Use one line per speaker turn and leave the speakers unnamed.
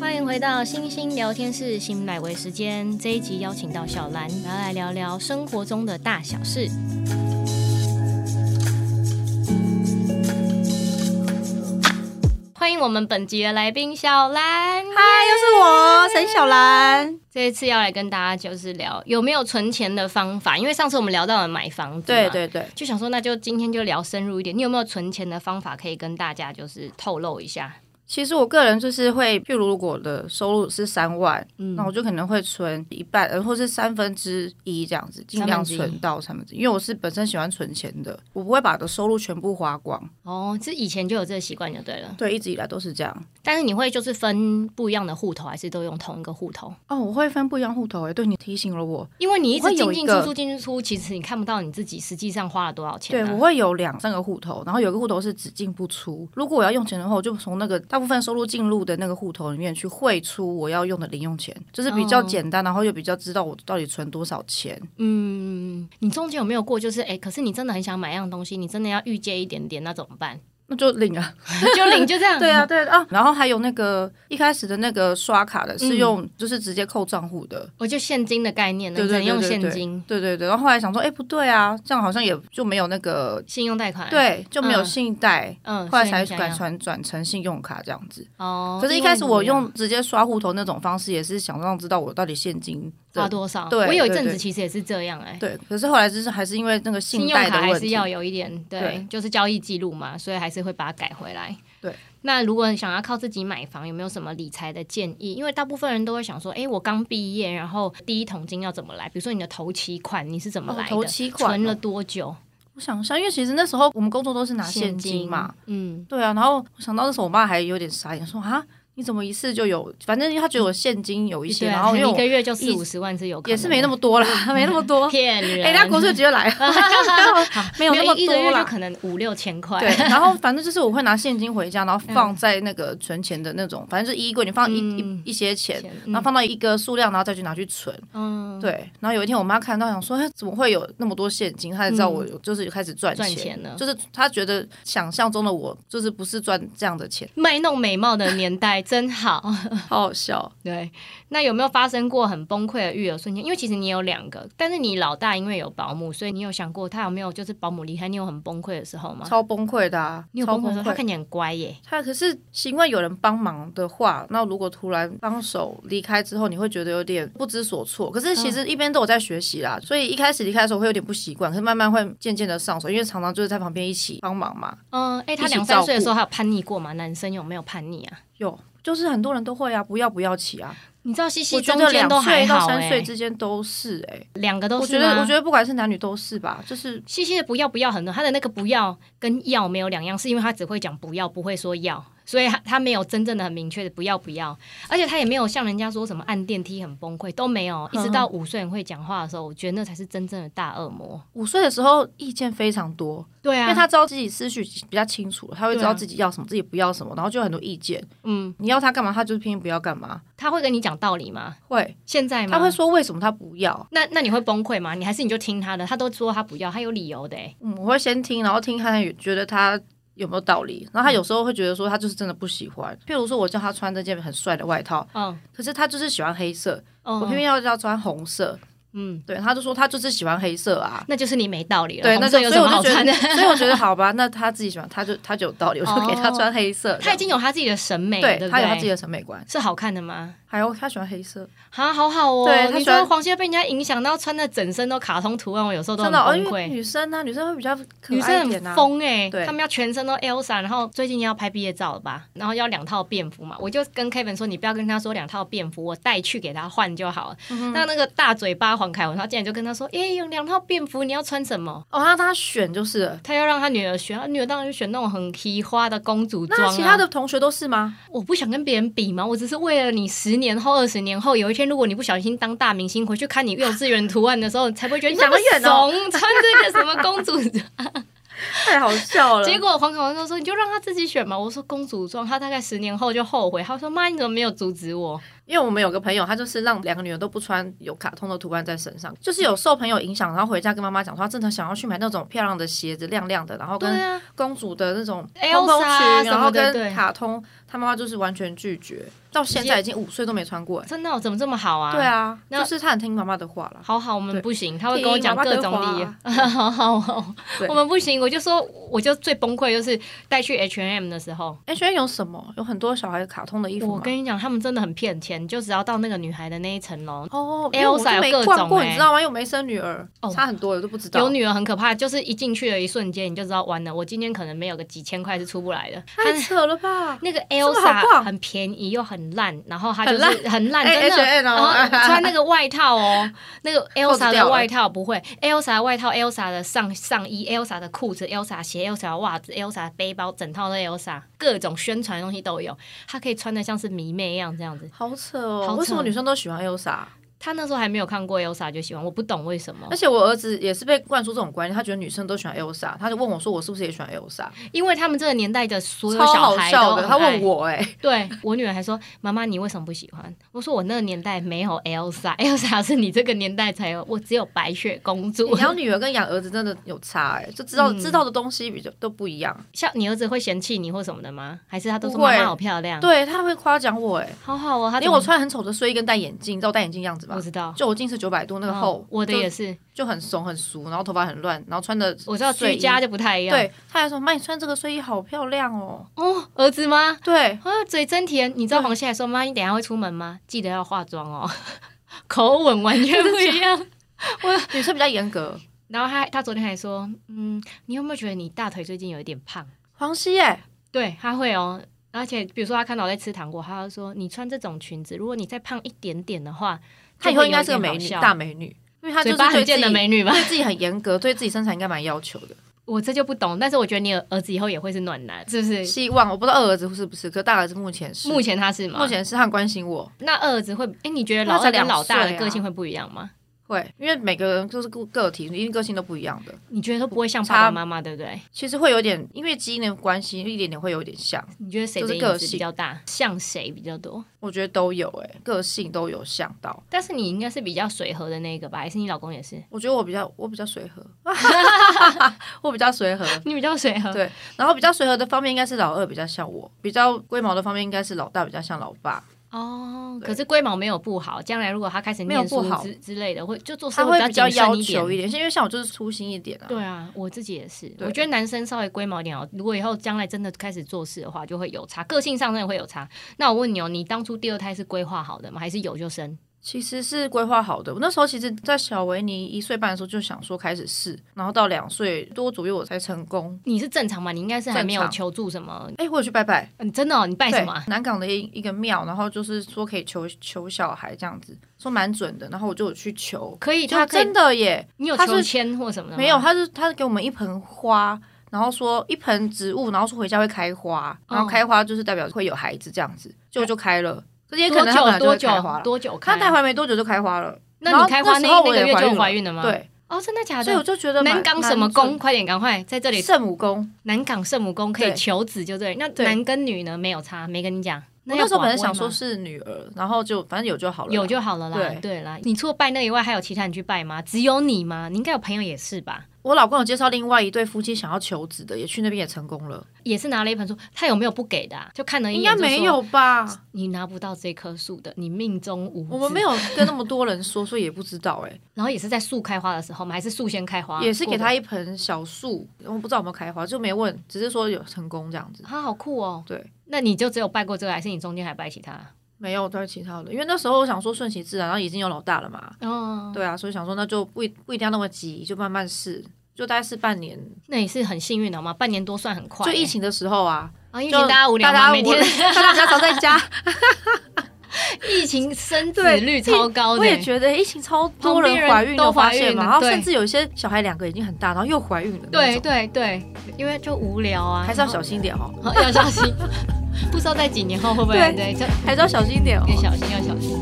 欢迎回到星星聊天室，新奶维时间。这一集邀请到小兰，来来聊聊生活中的大小事。欢迎我们本集的来宾小兰，
嗨，又是我沈小兰。
这一次要来跟大家就是聊有没有存钱的方法，因为上次我们聊到了买房子，
对，对对，
就想说那就今天就聊深入一点，你有没有存钱的方法可以跟大家就是透露一下？
其实我个人就是会，譬如如果我的收入是三万，
嗯
那我就可能会存一半，呃，或是三分之一这样子，尽量存到三分之一，因为我是本身喜欢存钱的，我不会把我的收入全部花光。
哦，这以前就有这个习惯就对了。
对，一直以来都是这样。
但是你会就是分不一样的户头，还是都用同一个户头？
哦，我会分不一样户头诶，对你提醒了我。
因为你一
我
直
会有
进进
一个
出出进进出出，其实你看不到你自己实际上花了多少钱、
对，
啊。
我会有两三个户头，然后有一个户头是只进不出。如果我要用钱的话，我就从那个大部分收入进入的那个户头里面去汇出我要用的零用钱，就是比较
哦
简单，然后又比较知道我到底存多少钱。
嗯，你中间有没有过就是哎、诶可是你真的很想买一样东西，你真的要预借一点点，那怎么 办？
那就 领啊，
就领就这样。
对啊，，对啊，然后还有那个一开始的那个刷卡的是用，就是直接扣账户的，
我就现金的概念呢，
对对
嗯只能用
对对
现金、
对对对。然后后来想说，哎，不对啊，这样好像也就没有那个，
信用贷款。，
对，就没有
嗯
信贷，
嗯，
后来
所以
才
你想
转
要
转转成信用卡这样子。
哦。
可是，一
因为
开始我
你有
用直接刷户头那种方式，也是想让知道我到底现金
花
的。
多少？
对
我有一
对
阵子
对
其实也是这样哎、诶
对，可是后来就是还是因为那个
信
信
用
贷
卡
的
还
问
是
题，
要有一点，对，
对
就是交易记录嘛，所以还是会把它改回来。
对，
那如果你想要靠自己买房，有没有什么理财的建议？因为大部分人都会想说，哎、我刚毕业，然后第一桶金要怎么来？比如说你的头期款，你是怎么
哦
来的？
头期款
存了
哦
多久？
我想一下，因为其实那时候我们工作都是拿现金嘛，？
嗯，
对啊，然后我想到那时候，我妈还有点傻眼，说啊，你怎么一次就有？反正她觉得我现金有一些，
嗯对啊，
然后
可
因为
能一个
我
月就嗯四
一
五十万是有可能的，
也是没那么多啦， 没那么 多。
骗人。
哎，那国税局就 来了，没有那么
一一个
多
月就
啦。
可能五六千块。
对，然后反正就是我会拿现金回家，然后放在那个存钱的那种，反正就是衣柜里放一
嗯
一一些钱，
钱嗯
然后放到一个数量，然后再去拿去存。
嗯，
对，然后有一天我妈看到想说，哎，怎么会有那么多现金？她才知道我有就是开始赚
嗯赚
钱
钱了
就是她觉得想象中的我就是不是赚这样的钱，
卖弄美貌的年代真好。
好 好笑。
对，那有没有发生过很崩溃的育儿瞬间？因为其实你有两个，但是你老大因为有保姆，所以你有想过他有没有就是保姆离开，你有很崩溃的时候吗？
超崩溃的、
哦
啊，
你有
超
崩溃
崩
的时候，他
溃。
看起来很乖耶。
他可是习惯有人帮忙的话，那如果突然帮手离开之后，你会觉得有点不知所措。可是其实一边都有在学习啦，所以一开始离开的时候会有点不习惯，可是慢慢会渐渐的上手，因为常常就是在旁边一起帮忙嘛。
嗯，哎、他
一起
两三
照
岁的时候他有叛逆过吗？男生有没有叛逆啊？
有，就是很多人都会啊，不要不要起啊！
你知道西西
我觉
中
得
间
两
都还
岁到
好
三
哎、
岁之间都是哎、
两个都
我
是
觉
吗？
得我觉得不管是男女都是吧，就是
西西的不要不要很多，他的那个不要跟要没有两样，是因为他只会讲不要，不会说要，所以他他没有真正的很明确的不要不要，而且他也没有像人家说什么按电梯很崩溃都没有，
嗯
一直到五岁很会讲话的时候，我觉得那才是真正的大恶魔。
五岁的时候意见非常多，
对
因
啊，
为他知道自己思绪比较清楚了，他会知
对啊
道自己要什么，自己不要什么，然后就有很多意见。
嗯，
你要他干嘛，他就是偏偏不要干嘛。
他会跟你讲道理吗？
会，
现在吗？
他会说为什么他不要？
那那你会崩溃吗？你还是你就听他的，他都说他不要，他有理由的、欸。
嗯，我会先听，然后听看觉得他有没有道理。然后他有时候会觉得说他就是真的不喜欢，譬如说我叫他穿这件很帅的外套，
嗯，
可是他就是喜欢黑色，我偏
哦，
偏要叫他穿红色。
嗯，
对，他就说他就是喜欢黑色啊。
那就是你没道理了。
对，那
红
就
色有
所以
什么
我
好
就觉
穿
得
的？， 哦
所以我觉得好吧，那他自己喜欢，他就他就有道理，我就给他穿黑色。
他已经有他自己的审美了，
对
对不
他有他自己
对？
的审美观，
是好看的吗？
还有他喜欢黑色，
啊，好好哦！
对他
你
喜
知
欢
道黄轩被人家影响到穿的整身都卡通图案，我有时候都很
真的哦，
崩
因为
溃。
女生呢、女生会比较可
女
爱
生
一点
很
啊。
疯哎、
对
他们要全身都 Elsa，然后最近要拍毕业照了吧，然后要两套便服嘛，我就跟 Kevin 说，你不要跟他说两套便服，我带去给他换就好了。
嗯
那那个大嘴巴黄凯文，他竟然就跟他说，哎、有两套便服，你要穿什么？
哦，那他选就是了。
他要让他女儿选，他女儿当然就选那种很奇花的公主装、啊。
那其他的同学都是吗？
我不想跟别人比嘛，我只是为了你十年后、二十年后，有一天如果你不小心当大明星，回去看你幼稚园图案的时候，你才不会觉得
你想
那
得
么
远哦
怂，穿这个什么公主 装。
太好笑了。
结果黄凯文就说：“你就让他自己选嘛。”我说：“公主装，他大概十年后就后悔。”他说：“妈，你怎么没有阻止我
因为我们有个朋友，他就是让两个女儿都不穿有卡通的图案在身上，就是有受朋友影响，然后回家跟妈妈讲说，他真的想要去买那种漂亮的鞋子，亮亮的，然后？”
对
跟
啊，
公主的那种蓬
Elsa
蓬裙，
啊什
然
么
后
的
跟
对
卡通，他妈妈就是完全拒绝。到现在已经五岁都没穿过、欸。
真的、哦、怎么这么好啊？
对，啊，
那
就是他很听妈妈的话啦。
好好，我们
对
不行，他会跟我讲各种理由
听。
好好好
对，
我们不行，我就说，我就最崩溃就是带去 H M 的时候，
H N 哎有什么？有很多小孩卡通的衣服
我
吗？
跟你讲，他们真的很骗钱，你就只要到那个女孩的那一层楼，
哦，因为我
Elsa
就
有
没
各
逛
种
过，
欸
你知道吗？又没生女儿，
哦
差很多，我都不知道。
有女儿很可怕，就是一进去的一瞬间，你就知道完了，我今天可能没有个几千块是出不 来的。
太扯了吧！
那个
么好逛
Elsa 很便宜又很烂，然后她就
很
是很烂，
哎
真的。
H&M
然后
哦
穿那个外套哦，那个
扣子
Elsa 的
掉了
外套不会，Elsa 的外套、Elsa 的上上衣、Elsa 的裤子、Elsa 鞋、Elsa 的袜子、Elsa 的背包，整套的 Elsa，各种宣传的东西都有。她可以穿的像是迷妹一样这样子。
好扯哦，
好扯
为什么女生都喜欢 Elsa？啊
她那时候还没有看过 Elsa 就喜欢，我不懂为什么
而，且我儿子也是被灌输这种观念，他觉得女生都喜欢 Elsa，他就问我说我是不是也喜欢 Elsa？
因为他们这个年代的所有
超
小
好
孩
笑
都
的，
很
他问
爱
我哎、
对我女儿还说：“妈妈，你为什么不喜欢？”我说：“我那个年代没有 Elsa，Elsa 是你这个年代才有，我只有白雪公主。
养女儿跟养儿子真的有差哎、就知道、
嗯
知道的东西比较都不一样。
像你儿子会嫌弃你或什么的吗？还是他都说
不会
妈妈好漂亮？，
对他会夸奖我哎、
好好哦。他
因为我
怎
穿很丑的睡衣跟戴眼镜，你知道我戴眼镜样子
么
吗
不？知道
就我近视九百度那个
哦
厚，
我的
就
也是，
就很怂很俗，然后头发很乱，然后穿的
我知道
睡
居
衣
家就不太一样。
对，他还说妈你穿这个睡衣好漂亮哦，
哦，儿子吗？
对，
啊，嘴真甜。你知道黄蟹还说：“妈，你等一下会出门吗？记得要化妆哦。” 口吻完全不一 样。
女生比较严格。
然后他他昨天还说：“嗯，你有没有觉得你大腿最近有一点胖？”
黄西哎、
对，他会哦。而且比如说他看到我在吃糖果，他就说：“你穿这种裙子，如果你再胖一点点的话，
她以后应该是个
就会有
美
一
女，
点好笑
大美女，因为她就
嘴
是
巴
对
很
自
贱
己
的美女吧
对自己很严格，对自己身材应该蛮要求的。？”
我这就不懂，但是我觉得你儿子以后也会是暖男，是不是？
希望我不知道二儿子是不是，可大儿子目前是，
目前他是吗？
目前是他很关心我，
那二儿子会，哎，你觉得
他
老
才
二跟
两
老大
岁
的
啊
个性会不一样吗？
会，因为每个人都是个个体，因为个性都不一样的，
你觉得都不会像爸爸
差
妈妈，对不对？
其实会有点，因为基因的关系，一点点会有点像，
你觉得谁
就
的影
是个
子比
性
较大，像谁比较多？
我觉得都有、欸，哎，个性都有像到。
但是你应该是比较随和的那个吧？还是你老公也是？
我觉得我比较，我比较随和， 我比较随和。
你比较随和，
对然后比较随和的方面应该是老二比较像我，比较龟毛的方面应该是老大比较像老爸。
哦，
对
可是龟毛没有不好，将来如果他开始
没有
念书
不好
之之类的，会就做事
他会
比
比较
谨慎
要
一
求
点。
一点，因为像我就是粗心一点啊。
对啊，我自己也是，
对
我觉得男生稍微龟毛一点哦。如果以后将来真的开始做事的话，就会有差，个性上真的会有差。那我问你哦，你当初第二胎是规划好的吗？还是有就生？
其实是规划好的。我那时候其实，在小维尼一岁半的时候就想说开始试，然后到两岁多左右我才成功。
你是正常吗？你应该是还没有
正常
求助什么？
哎，我有去拜拜，
嗯，真的、哦，你拜什
对
么啊？，
南港的一一个庙，然后就是说可以求求小孩这样子，说蛮准的。然后我就有去求，
可以，
他
他可以嗯
真，的耶，
你有
他是
求签或什么的吗
没有，，他是他是给我们一盆花，然后说一盆植物，然后说回家会开花，然后
哦
开花就是代表会有孩子这样子，结果就开了。这些可
多
能他本来
久？
就会
多
开花
久？
了，
多久
他
开
带
啊？
回来没多久就开花了。
那
然后
你开花
那
那
时候
那
我
个
也
月就
怀
怀孕了吗？，
对，
哦，真的假
所以我
的？
就觉得蛮
南港什么宫？快点，赶快在这
蛮
里
圣母宫。
南港圣母宫可以
对
求子就对，那
对
男跟女呢没有差，没跟你讲。
我
要
那时候本来
寡妇
想说
吗
是女儿，然后就反正有就好了啦。
有就好了啦，
对
对啦。你除了拜那以外，还有其他人去拜吗？只有你吗？你应该有朋友也是吧？
我老公有介绍另外一对夫妻想要求子的，也去那边也成功了，
也是拿了一盆树，他有没有不给的啊、就看了一
应
眼，
该没。有吧？
你拿不到这棵树的，你命中无知。
我们没有跟那么多人说，所以也不知道 哎、
然后也是在树开花的时候吗？还是树先开花？
也是给
过
他一盆小树，我不知道有没有开花，就没问，只是说有成功这样子。
啊，好酷哦！
对，
那你就只有拜过这个，还是你中间还拜其他？
没有对其他的，因为那时候我想说顺其自然，然后已经有老大了嘛，
哦，
对啊，所以想说那就不一不一定要那么急，就慢慢试，就大概是半年，
那也是很幸运的好吗？半年多算很快、
就
欸。
疫情的时候啊，
啊，疫
就
情大家无聊
大
吗？
家
每天
无 大家常在家，
疫情生子
对
率超高的、欸
我也觉得疫情超多
旁边
人
人
怀孕
都
有发
怀
现
孕
嘛，
了
然后
对
甚至有一些小孩两个已经很大，然后又怀孕了，
对，对对，因为就无聊啊，
还是要小心点哦，
然后，要小心，不知道在几年后会不会
对
对，就
还是要小心点哦，
要小心，要小心。